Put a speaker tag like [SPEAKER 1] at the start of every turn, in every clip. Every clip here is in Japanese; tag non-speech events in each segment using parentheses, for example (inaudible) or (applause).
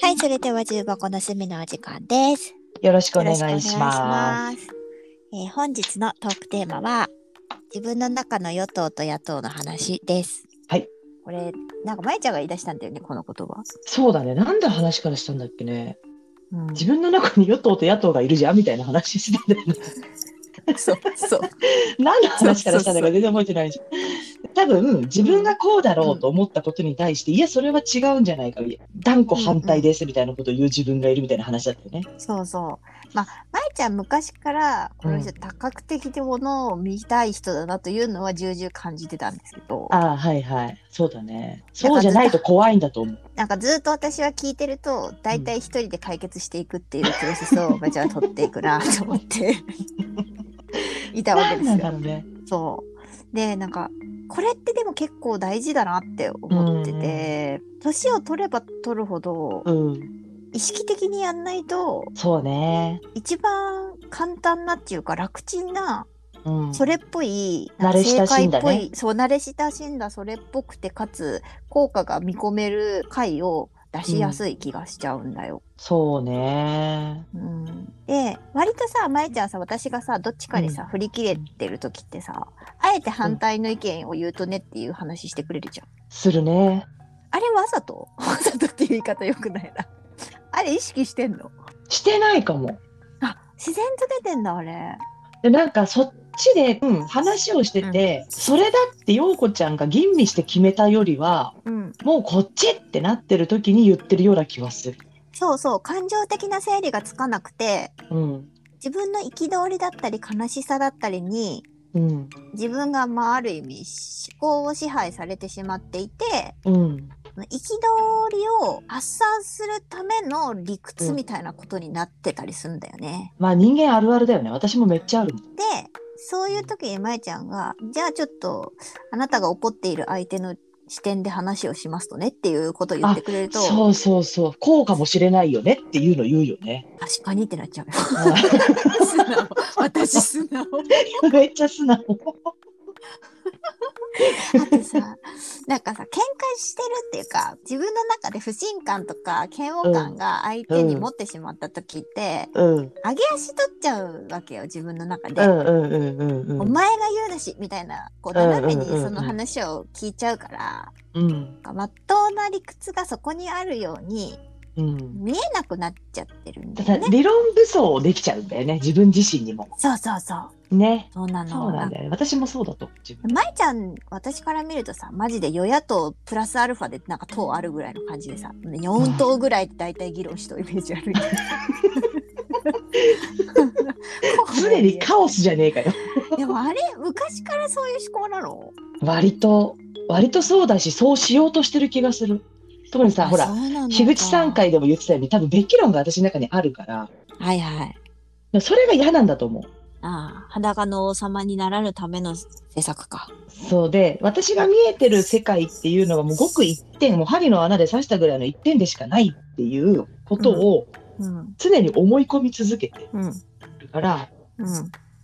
[SPEAKER 1] はい、それでは重箱の隅のお時間です。
[SPEAKER 2] よろしくお
[SPEAKER 1] よ
[SPEAKER 2] 願
[SPEAKER 1] ろしくお願
[SPEAKER 2] い
[SPEAKER 1] いし
[SPEAKER 2] しま
[SPEAKER 1] ます。えー本日のトークテーマは、自分の中の与党と野党の話です。
[SPEAKER 2] はい。
[SPEAKER 1] これ、なんか、まゆちゃんが言い出したんだよね、この言葉。
[SPEAKER 2] す。そうだね。なんで話からしたんだっけね。
[SPEAKER 1] うん
[SPEAKER 2] 自分の中に与党と野党がいるじゃんみたいな話してたんだ (laughs) よね。
[SPEAKER 1] そう、そう。
[SPEAKER 2] 何の話からしたんだか全然覚えてないし。多分、自分がこうだろうと思ったことに対して、いや、それは違うんじゃないか。いや断固反対ですみたいなことを言う自分がいるみたいな話だったよね。
[SPEAKER 1] そうそう。まあ、まゆちゃん昔からこの人多角的でものを見たい人だなというのは重々感じてたんですけど、
[SPEAKER 2] ああ、はいはい。そうだね。そうじゃないと怖いんだと思う。
[SPEAKER 1] なんかずっと私は聞いてると、大体一人で解決していくっていうプロセス
[SPEAKER 2] (laughs)
[SPEAKER 1] をまゆちゃんは取っていくなと思って、いたわけ
[SPEAKER 2] 何
[SPEAKER 1] です
[SPEAKER 2] なんだ
[SPEAKER 1] よ。
[SPEAKER 2] ろうね。
[SPEAKER 1] そう。で、なんか、これってでも結構大事だなって思ってて、年を取れば取るほど、
[SPEAKER 2] うん。
[SPEAKER 1] 意識的にやんないと、
[SPEAKER 2] そうね。
[SPEAKER 1] 一番簡単なっていうか楽ちんな
[SPEAKER 2] うん。
[SPEAKER 1] それっぽい、
[SPEAKER 2] 慣れ親しん
[SPEAKER 1] 正解っ
[SPEAKER 2] だね
[SPEAKER 1] ぽい、そう、慣れ親しんだ、それっぽくて、かつ、効果が見込める回を出しやすい気がしちゃうんだよ。
[SPEAKER 2] そうね。
[SPEAKER 1] うんで、割とさ、まえちゃんさ、私がさ、どっちかにさ、
[SPEAKER 2] うん
[SPEAKER 1] 振り切れてる時ってさ、あえて反対の意見を言うとねっていう話してくれるじゃん。
[SPEAKER 2] するね。
[SPEAKER 1] あれわざと (laughs) わざとっていう言い方よくないな。 (laughs) あれ意識してんの
[SPEAKER 2] してないかも。
[SPEAKER 1] あ、自然と出てんだ、あれ。
[SPEAKER 2] でなんかそっちで、うん話をしてて、それだって陽子ちゃんが吟味して決めたよりは
[SPEAKER 1] うん。
[SPEAKER 2] もうこっちってなってる時に言ってるような気はする。
[SPEAKER 1] そうそう、感情的な整理がつかなくて、
[SPEAKER 2] うん
[SPEAKER 1] 自分の憤りだったり悲しさだったりに
[SPEAKER 2] うん
[SPEAKER 1] 自分がまあある意味思考を支配されてしまっていて
[SPEAKER 2] うん、
[SPEAKER 1] 憤りを発散するための理屈みたいなことになってたりするんだよね。
[SPEAKER 2] まあ人間あるあるだよね私もめっちゃあるもん
[SPEAKER 1] でそういう時にまえちゃんが「じゃあちょっとあなたが怒っている相手の視点で話をしますとね」っていうことを言ってくれると
[SPEAKER 2] そうそうそうこうかもしれないよねっていうの言うよね (laughs)
[SPEAKER 1] 確かにってなっちゃうよ。
[SPEAKER 2] う
[SPEAKER 1] 素直私素直
[SPEAKER 2] んめっちゃ素直
[SPEAKER 1] あとさ、なんかさ、喧嘩してるっていうか、自分の中で不信感とか嫌悪感が相手に持ってしまった時って、
[SPEAKER 2] うんうん
[SPEAKER 1] 上げ足取っちゃうわけよ、自分の中で。
[SPEAKER 2] うんうんうんう
[SPEAKER 1] お
[SPEAKER 2] ん
[SPEAKER 1] 前が言うなしみたいな、こう、斜めに
[SPEAKER 2] うんうんうんうん
[SPEAKER 1] その話を聞いちゃうから、
[SPEAKER 2] うん
[SPEAKER 1] なんかまっとうな理屈がそこにあるように
[SPEAKER 2] うん
[SPEAKER 1] 見えなくなっちゃってるん
[SPEAKER 2] た
[SPEAKER 1] だ
[SPEAKER 2] だ
[SPEAKER 1] よね。
[SPEAKER 2] 理論武装できちゃうんだよね自分自身にも
[SPEAKER 1] そうそうそう。
[SPEAKER 2] ね
[SPEAKER 1] そうなの。
[SPEAKER 2] そうなんだよね私もそうだと思う自分
[SPEAKER 1] 舞ちゃん私から見るとさマジで与野党プラスアルファでなんか党あるぐらいの感じでさ4党ぐらいで大体議論しとるイメージあるよ
[SPEAKER 2] 常にカオスじゃねえかよ。
[SPEAKER 1] (laughs) でもあれ昔からそういう思考なの
[SPEAKER 2] 割と、割とそうだし、そうしようとしてる気がする。特にさ、ほら、樋口さん
[SPEAKER 1] 回
[SPEAKER 2] 会でも言ってたように、多分べき論が私の中にあるから、
[SPEAKER 1] はいはい
[SPEAKER 2] それが嫌なんだと思う。
[SPEAKER 1] ああ裸の王様にならぬための政策か
[SPEAKER 2] そうで、私が見えてる世界っていうのは、もうごく一点、もう針の穴で刺したぐらいの一点でしかないっていうことを
[SPEAKER 1] うん
[SPEAKER 2] 常に思い込み続けて
[SPEAKER 1] うん
[SPEAKER 2] るから、
[SPEAKER 1] うん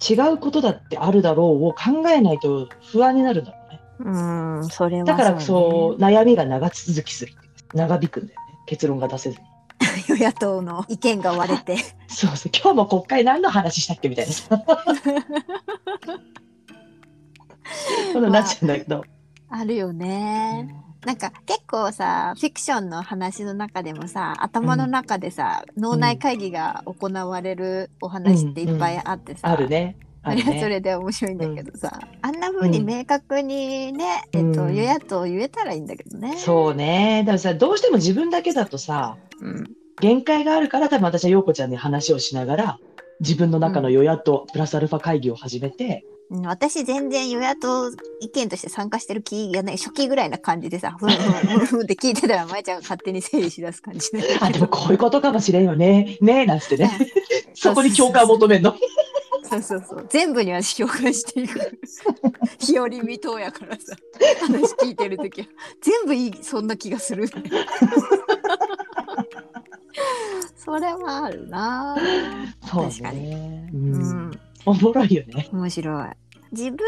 [SPEAKER 2] 違うことだってあるだろうを考えないと不安になるんだろうね。
[SPEAKER 1] うんそれは
[SPEAKER 2] だからそう、悩みが長続きする。長引くんだよね。結論が出せずに。
[SPEAKER 1] う与野党の意見が割れて
[SPEAKER 2] そうそう、今日も国会何の話したっけみたいな。そうなっちゃうんだけ
[SPEAKER 1] (laughs)
[SPEAKER 2] ど。
[SPEAKER 1] あるよねなんか結構さフィクションの話の中でもさ頭の中でさ、脳内会議が行われるお話っていっぱいあってさ、
[SPEAKER 2] あるね。
[SPEAKER 1] あ
[SPEAKER 2] あ
[SPEAKER 1] れ
[SPEAKER 2] る
[SPEAKER 1] はそ
[SPEAKER 2] ね。
[SPEAKER 1] れで面白いんだけどさ、あんな風に明確にね、
[SPEAKER 2] うん
[SPEAKER 1] えっと、
[SPEAKER 2] うん
[SPEAKER 1] 与野党言えたらいいんだけどね。
[SPEAKER 2] そうね。だからさ、どうしても自分だけだとさ、
[SPEAKER 1] うん
[SPEAKER 2] 限界があるから、多分私は陽子ちゃんに話をしながら、自分の中の与野党プラスアルファ会議を始めて、
[SPEAKER 1] うん私全然与野党意見として参加してる気がない初期ぐらいな感じでさふんふんふんふんって聞いてたらまえちゃんが勝手に整理しだす感じ (laughs) で
[SPEAKER 2] あ、でもこういうことかもしれんよね。ねえ、なんつってね。
[SPEAKER 1] そ
[SPEAKER 2] (laughs) そう
[SPEAKER 1] そうそう
[SPEAKER 2] こに共感を求めるの。
[SPEAKER 1] そうそうそう全部に私共感していく (laughs) 日和見党やからさ話聞いてる時は全部いいそんな気が (laughs) するそれはあるな
[SPEAKER 2] そう
[SPEAKER 1] 確か
[SPEAKER 2] ね。う。
[SPEAKER 1] うんん
[SPEAKER 2] おもろいよね。
[SPEAKER 1] 面白い自分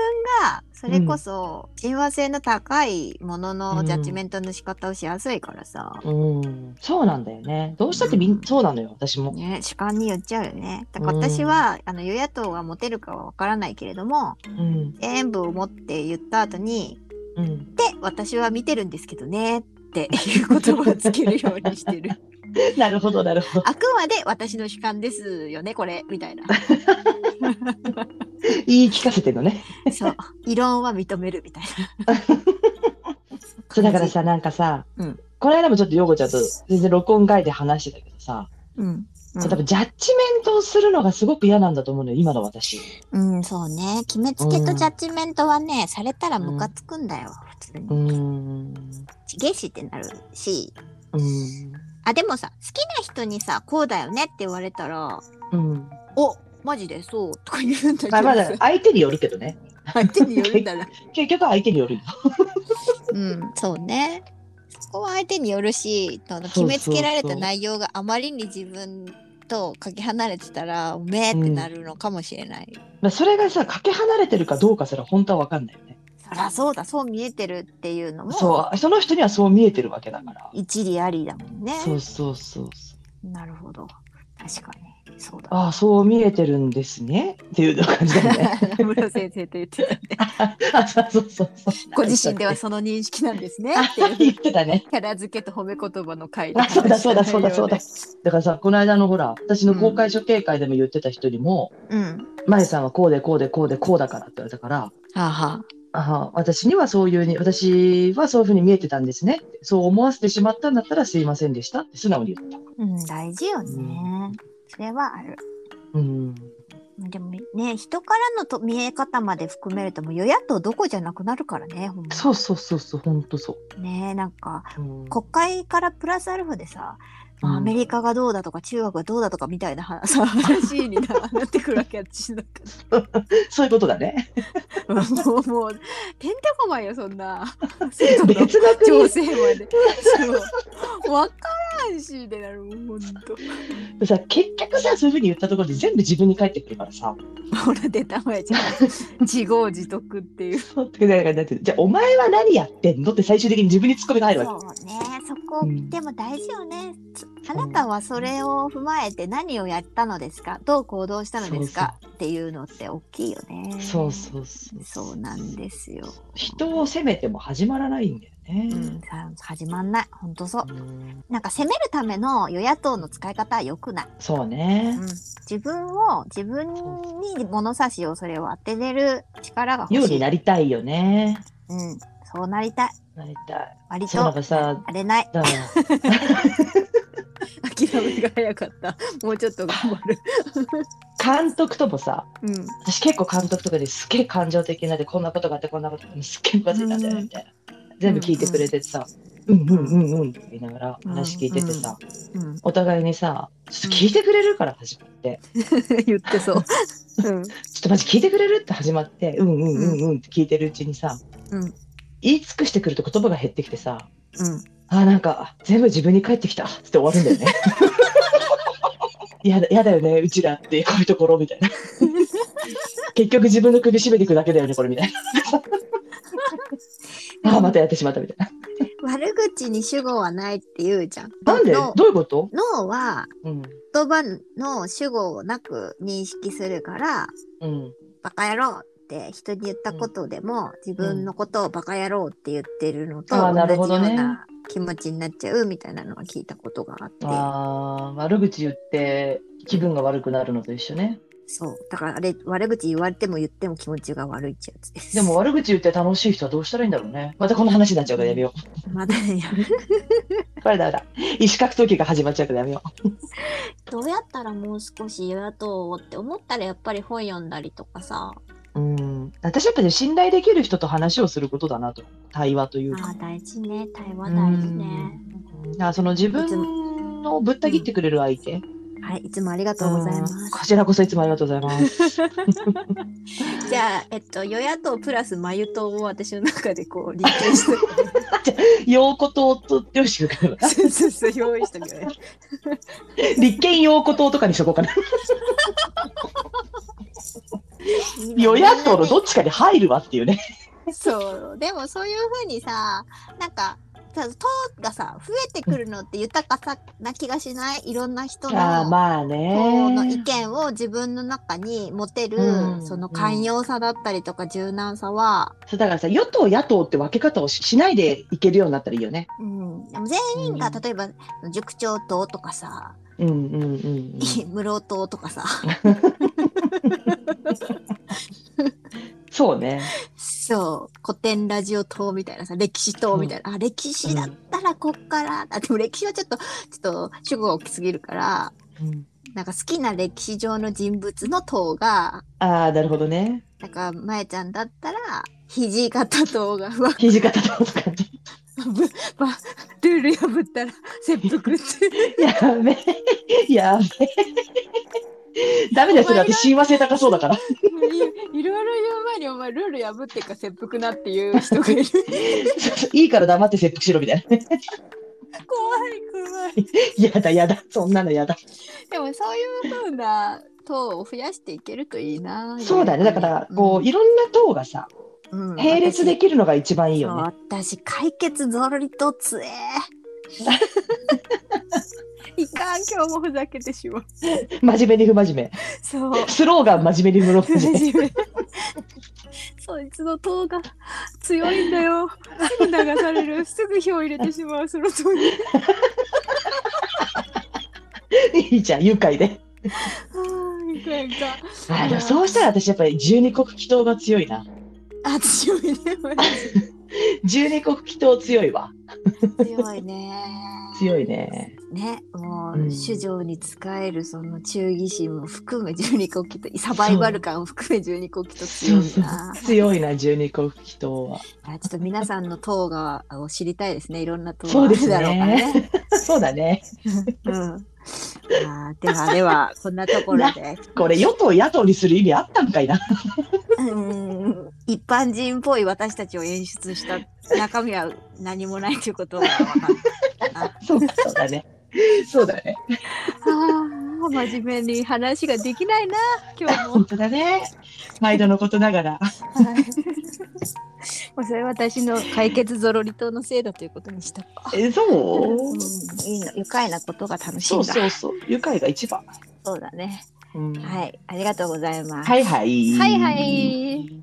[SPEAKER 1] がそれこそ親和性の高いもののジャッジメントの仕方をしやすいからさ、
[SPEAKER 2] うん、そうなんだよね。どうしたってみん、そうなのよ、私も。
[SPEAKER 1] ね、主観によっちゃうよね。だから
[SPEAKER 2] うん
[SPEAKER 1] 私は、あの与野党が持てるかはわからないけれども
[SPEAKER 2] うん。
[SPEAKER 1] 全部を持って言った後に
[SPEAKER 2] うん
[SPEAKER 1] 「で私は見てるんですけどね」っていう言葉をつけるようにして
[SPEAKER 2] (laughs)
[SPEAKER 1] る。
[SPEAKER 2] (laughs) なるほど、なるほど。
[SPEAKER 1] あくまで私の主観ですよねこれみたいな。
[SPEAKER 2] 言い聞かせてのね。
[SPEAKER 1] そう異論は認めるみたいな。
[SPEAKER 2] そうだからさ、なんかさ、
[SPEAKER 1] うん
[SPEAKER 2] この間もちょっとヨゴちゃんと全然録音外で話してたけどさ、
[SPEAKER 1] うん、
[SPEAKER 2] そう多分ジャッジメントをするのがすごく嫌なんだと思うのよ、今の私。
[SPEAKER 1] うん、うん、そうね決めつけとジャッジメントはね、されたらムカつくんだよ普通
[SPEAKER 2] うー
[SPEAKER 1] に。
[SPEAKER 2] ん。
[SPEAKER 1] ちげえしってなるし
[SPEAKER 2] うん。
[SPEAKER 1] あでもさ好きな人にさこうだよねって言われたら
[SPEAKER 2] うん。
[SPEAKER 1] 「おマジでそう」とか言うんだけど
[SPEAKER 2] まあ、まだ
[SPEAKER 1] さ
[SPEAKER 2] 相手によるけどね。
[SPEAKER 1] 相手によるんだな。
[SPEAKER 2] 結局相手によるよ。
[SPEAKER 1] (laughs) うん、そうね。そこは相手によるし、その決
[SPEAKER 2] そうそうそう
[SPEAKER 1] めつけられた内容があまりに自分とかけ離れてたら、おめえってなるのかもしれない。
[SPEAKER 2] まあ、それがさ、かけ離れてるかどうかすら本当はわかんないよね。
[SPEAKER 1] そりゃそうだ、そう見えてるっていうのも
[SPEAKER 2] そう、その人にはそう見えてるわけだから。
[SPEAKER 1] 一理ありだもんね。
[SPEAKER 2] そうそうそうそう。
[SPEAKER 1] なるほど。確かに。そうだ。
[SPEAKER 2] ああ、そう見えてるんですね。っていう感じだよ (laughs) ね。
[SPEAKER 1] (laughs) 野村先生と言ってたね。
[SPEAKER 2] あそうそうそうそう。
[SPEAKER 1] ご自身ではその認識なんですね
[SPEAKER 2] あ
[SPEAKER 1] っていう。
[SPEAKER 2] 言
[SPEAKER 1] (laughs)
[SPEAKER 2] ってたね。
[SPEAKER 1] キャラ付けと褒め言葉の会
[SPEAKER 2] あそうだそうだそうだそうだ。だからさ、この間のほら、私の公開処刑会でも言ってた人にも、
[SPEAKER 1] うん。
[SPEAKER 2] まゆさんはこうでこうでこうでこうだからって言われたから、
[SPEAKER 1] はあは
[SPEAKER 2] ああ私にはそういうに、私はそういうふうに見えてたんですね。そう思わせてしまったんだったらすいませんでしたって素直に言った。
[SPEAKER 1] あ。うん、大事よね。それはある。
[SPEAKER 2] うん。
[SPEAKER 1] でもね、人からのと見え方まで含めると、もう与野党どこじゃなくなるからね、ほんま
[SPEAKER 2] そうそうそうそう、ほんとそ
[SPEAKER 1] ねなんか、
[SPEAKER 2] う。うん
[SPEAKER 1] 国会からプラスアルファでさ、まあ
[SPEAKER 2] うん
[SPEAKER 1] アメリカがどうだとか、中国がどうだとかみたいな話 (laughs) さ話にななってくるわけやちなんか
[SPEAKER 2] そういうことだね。
[SPEAKER 1] もう、 (laughs) もう、てんてこまいよ、そん
[SPEAKER 2] (laughs)
[SPEAKER 1] な。
[SPEAKER 2] 別の
[SPEAKER 1] 調
[SPEAKER 2] 国
[SPEAKER 1] 整まで。そうわからんし、でなる、もうほんと。
[SPEAKER 2] さ、結局さ、そういうふうに言ったところで全部自分に返ってくるからさ。
[SPEAKER 1] ほら、出たまえちゃう。自業自得っていう。
[SPEAKER 2] そうだからだってじゃあ、お前は何やってんのって最終的に自分に突っ込みが入るわけ。
[SPEAKER 1] そうね、そこ、
[SPEAKER 2] うん
[SPEAKER 1] でも大事よね。つあなたはそれを踏まえて何をやったのですかどう行動したのですかっていうのって大きいよね。
[SPEAKER 2] そうそうそう。
[SPEAKER 1] そうなんですよ。
[SPEAKER 2] 人を責めても始まらないんだよ
[SPEAKER 1] う
[SPEAKER 2] ね
[SPEAKER 1] ん。、さ始まんない。ほんとそう。
[SPEAKER 2] うん
[SPEAKER 1] なんか攻めるための与野党の使い方は良くない。
[SPEAKER 2] そうね。
[SPEAKER 1] 自分を自分に物差しをそれを当てれる力が
[SPEAKER 2] よ
[SPEAKER 1] 欲
[SPEAKER 2] う
[SPEAKER 1] し
[SPEAKER 2] に
[SPEAKER 1] い。
[SPEAKER 2] なりたいよね。
[SPEAKER 1] うん、そうなりたい。
[SPEAKER 2] なりたい。
[SPEAKER 1] 割
[SPEAKER 2] そうなん
[SPEAKER 1] と
[SPEAKER 2] かさ、
[SPEAKER 1] 荒れない。
[SPEAKER 2] だから
[SPEAKER 1] 諦めが早かった。もうちょっと頑張
[SPEAKER 2] (laughs)
[SPEAKER 1] る。
[SPEAKER 2] 監督と
[SPEAKER 1] (laughs)
[SPEAKER 2] もさ、
[SPEAKER 1] うん。
[SPEAKER 2] 私結構監督とかですっげえ感情的なんで、こんなことがあって、こんなことがあって、すっげえムカついたんだ
[SPEAKER 1] う
[SPEAKER 2] よ
[SPEAKER 1] ん
[SPEAKER 2] ねみたいな。全部聞いてくれててさ、うんうんうんうんって言いながら話聞いててさ、
[SPEAKER 1] うん
[SPEAKER 2] お互いにさ、ちょっと聞いてくれるから始まって、
[SPEAKER 1] (laughs) 言って
[SPEAKER 2] (laughs)
[SPEAKER 1] そう。うん。
[SPEAKER 2] ちょっとマジ聞いてくれるって始まって、うんうんうんうんって聞いてるうちにさ、
[SPEAKER 1] うん。
[SPEAKER 2] 言い尽くしてくると言葉が減ってきてさ、 (laughs)
[SPEAKER 1] うん。
[SPEAKER 2] あ、なんか、全部自分に返ってきたって終わるんだよ (laughs) ね。やだやだよね、うちらって、こういうところみたいな。結局自分の首絞めていくだけだよね、これみたい (laughs) な。あーまたやってしまったみたいな。
[SPEAKER 1] 悪口に主語はないって言うじゃん。
[SPEAKER 2] なんで
[SPEAKER 1] の
[SPEAKER 2] どういうこと、
[SPEAKER 1] 脳は
[SPEAKER 2] うん
[SPEAKER 1] 言葉の主語をなく認識するから、
[SPEAKER 2] うん、
[SPEAKER 1] バカ野郎って人に言ったことでも、自分のことをバカ野郎って言ってるのと
[SPEAKER 2] あーなる
[SPEAKER 1] 同
[SPEAKER 2] ほ
[SPEAKER 1] じよ
[SPEAKER 2] ど
[SPEAKER 1] う
[SPEAKER 2] ね
[SPEAKER 1] な気持ちになっちゃうみたいなのは聞いたことがあって。
[SPEAKER 2] あー悪口言って気分が悪くなるのと一緒ね。
[SPEAKER 1] そう。だからあれ、悪口言われても言っても気持ちが悪いってやつです。
[SPEAKER 2] でも、悪口言って楽しい人はどうしたらいいんだろうね。またこの話になっちゃうからやめよ
[SPEAKER 1] (laughs)
[SPEAKER 2] (laughs)
[SPEAKER 1] まだね、
[SPEAKER 2] う。これだめだ。意思格闘技が始まっちゃうからやめよ
[SPEAKER 1] (laughs) どうやったらもう少し与野党をって思ったらやっぱり本読んだりとかさ
[SPEAKER 2] う。うん、私やっぱり信頼できる人と話をすることだなと。対話という
[SPEAKER 1] あ
[SPEAKER 2] か
[SPEAKER 1] あ。大事ね対話大事ね
[SPEAKER 2] うんだからその自分をぶった切ってくれる相手。
[SPEAKER 1] はいいつもありがとうございます、
[SPEAKER 2] うんこちらこそいつもありがとうございます。 (laughs)
[SPEAKER 1] じゃあえっと与野党プラス眉党を私の中でこう立件して
[SPEAKER 2] ようことと、よ
[SPEAKER 1] そ
[SPEAKER 2] し、
[SPEAKER 1] うそうそう用意したけどね (laughs)
[SPEAKER 2] 立憲ようこととかにしとこうかな。与野党のどっちかに入るわっていうね。
[SPEAKER 1] そうでもそういうふうにさなんかさ党がさ増えてくるのって豊かさな気がしないいろんな人
[SPEAKER 2] あー
[SPEAKER 1] の
[SPEAKER 2] まあ
[SPEAKER 1] 党の
[SPEAKER 2] ね
[SPEAKER 1] 意。見を自分の中に持てる、
[SPEAKER 2] うん
[SPEAKER 1] その寛容さだったりとか柔軟さは、
[SPEAKER 2] そうだからさ、与党、野党って分け方をししないでいけるようになったらいいよね。
[SPEAKER 1] うん、でも全員が
[SPEAKER 2] うん
[SPEAKER 1] 例えば塾長党とかさ、
[SPEAKER 2] うんうんうん
[SPEAKER 1] (laughs)
[SPEAKER 2] うん。
[SPEAKER 1] 無労党とかさ
[SPEAKER 2] そうね。
[SPEAKER 1] そう古典ラジオ党みたいなさ歴史党みたいな、あ歴史だったらこっから、あでも歴史はちょっとちょっと主語が大きすぎるから
[SPEAKER 2] うん
[SPEAKER 1] なんか好きな歴史上の人物の党が
[SPEAKER 2] ああ、なるほどね。
[SPEAKER 1] なんかまえちゃんだったら肘型党が (laughs) うわ
[SPEAKER 2] 土方とかね。 (laughs)
[SPEAKER 1] ぶばルール破ったら切腹って
[SPEAKER 2] やべえ、やべえ。 (laughs) ダメだよ、それだって親和性高そうだか
[SPEAKER 1] (laughs)
[SPEAKER 2] ら。
[SPEAKER 1] いいろいろ言う前にお前ルール破ってか切腹なっていう人がいる
[SPEAKER 2] (laughs) いいから黙って切腹しろみたいな。
[SPEAKER 1] (laughs)
[SPEAKER 2] (laughs)
[SPEAKER 1] 怖い怖い
[SPEAKER 2] やだやだ、そんなのやだ。
[SPEAKER 1] でもそういうふうな党を増やしていけるといいな
[SPEAKER 2] そうだね、だから、こう、いろんな党がさ、
[SPEAKER 1] う、うん
[SPEAKER 2] 並列できるのが一番いいよね。
[SPEAKER 1] 私解決ゾロリとつ
[SPEAKER 2] (laughs)
[SPEAKER 1] えいかん今日もふざけてしまう
[SPEAKER 2] 真面目に不真面
[SPEAKER 1] そう
[SPEAKER 2] 目。スローガン真面目に
[SPEAKER 1] (laughs)
[SPEAKER 2] 不真面目。
[SPEAKER 1] そいつの党が強いんだよ。すぐ流され (laughs) る。すぐ火を入れてしまう、その党に。 (laughs)
[SPEAKER 2] いいじゃん、愉快で。
[SPEAKER 1] あ、いかんいかん。
[SPEAKER 2] あでもそうしたら私やっぱり十二国旗党が強いな。
[SPEAKER 1] あ、強いね。
[SPEAKER 2] 十二国旗党強いわ。
[SPEAKER 1] 強いね。
[SPEAKER 2] 強いね。
[SPEAKER 1] ね、もう、
[SPEAKER 2] うん
[SPEAKER 1] 主情に仕えるその忠義心も含め十二国旗と、サバイバル感を含め十二国旗と強いな。
[SPEAKER 2] 強いな、十二国旗党は。
[SPEAKER 1] あちょっと皆さんの党がを知りたいですね。いろんな党
[SPEAKER 2] そうです
[SPEAKER 1] があるだろうからね
[SPEAKER 2] ね。そうだね。
[SPEAKER 1] (laughs) うんまあ、ではでは、こんなところで。
[SPEAKER 2] これ与党野党にする意味あったんかいな。
[SPEAKER 1] うん一般人っぽい私たちを演出した中身は何もないということが分かっ
[SPEAKER 2] そうかそうだね。そうだね。
[SPEAKER 1] た。ああ、真面目に話ができないな、今日も。
[SPEAKER 2] 本当だね。毎度のことながら。
[SPEAKER 1] はいもうそれは私の解決ぞろり党のせいだということにした。
[SPEAKER 2] え、そう
[SPEAKER 1] うん、いいの、愉快なことが楽しい
[SPEAKER 2] そ
[SPEAKER 1] ん
[SPEAKER 2] う
[SPEAKER 1] だ。
[SPEAKER 2] そうそう。愉快が一番。
[SPEAKER 1] そうだね。
[SPEAKER 2] うん
[SPEAKER 1] はい、ありがとうございます。
[SPEAKER 2] はいはい。
[SPEAKER 1] はいはい。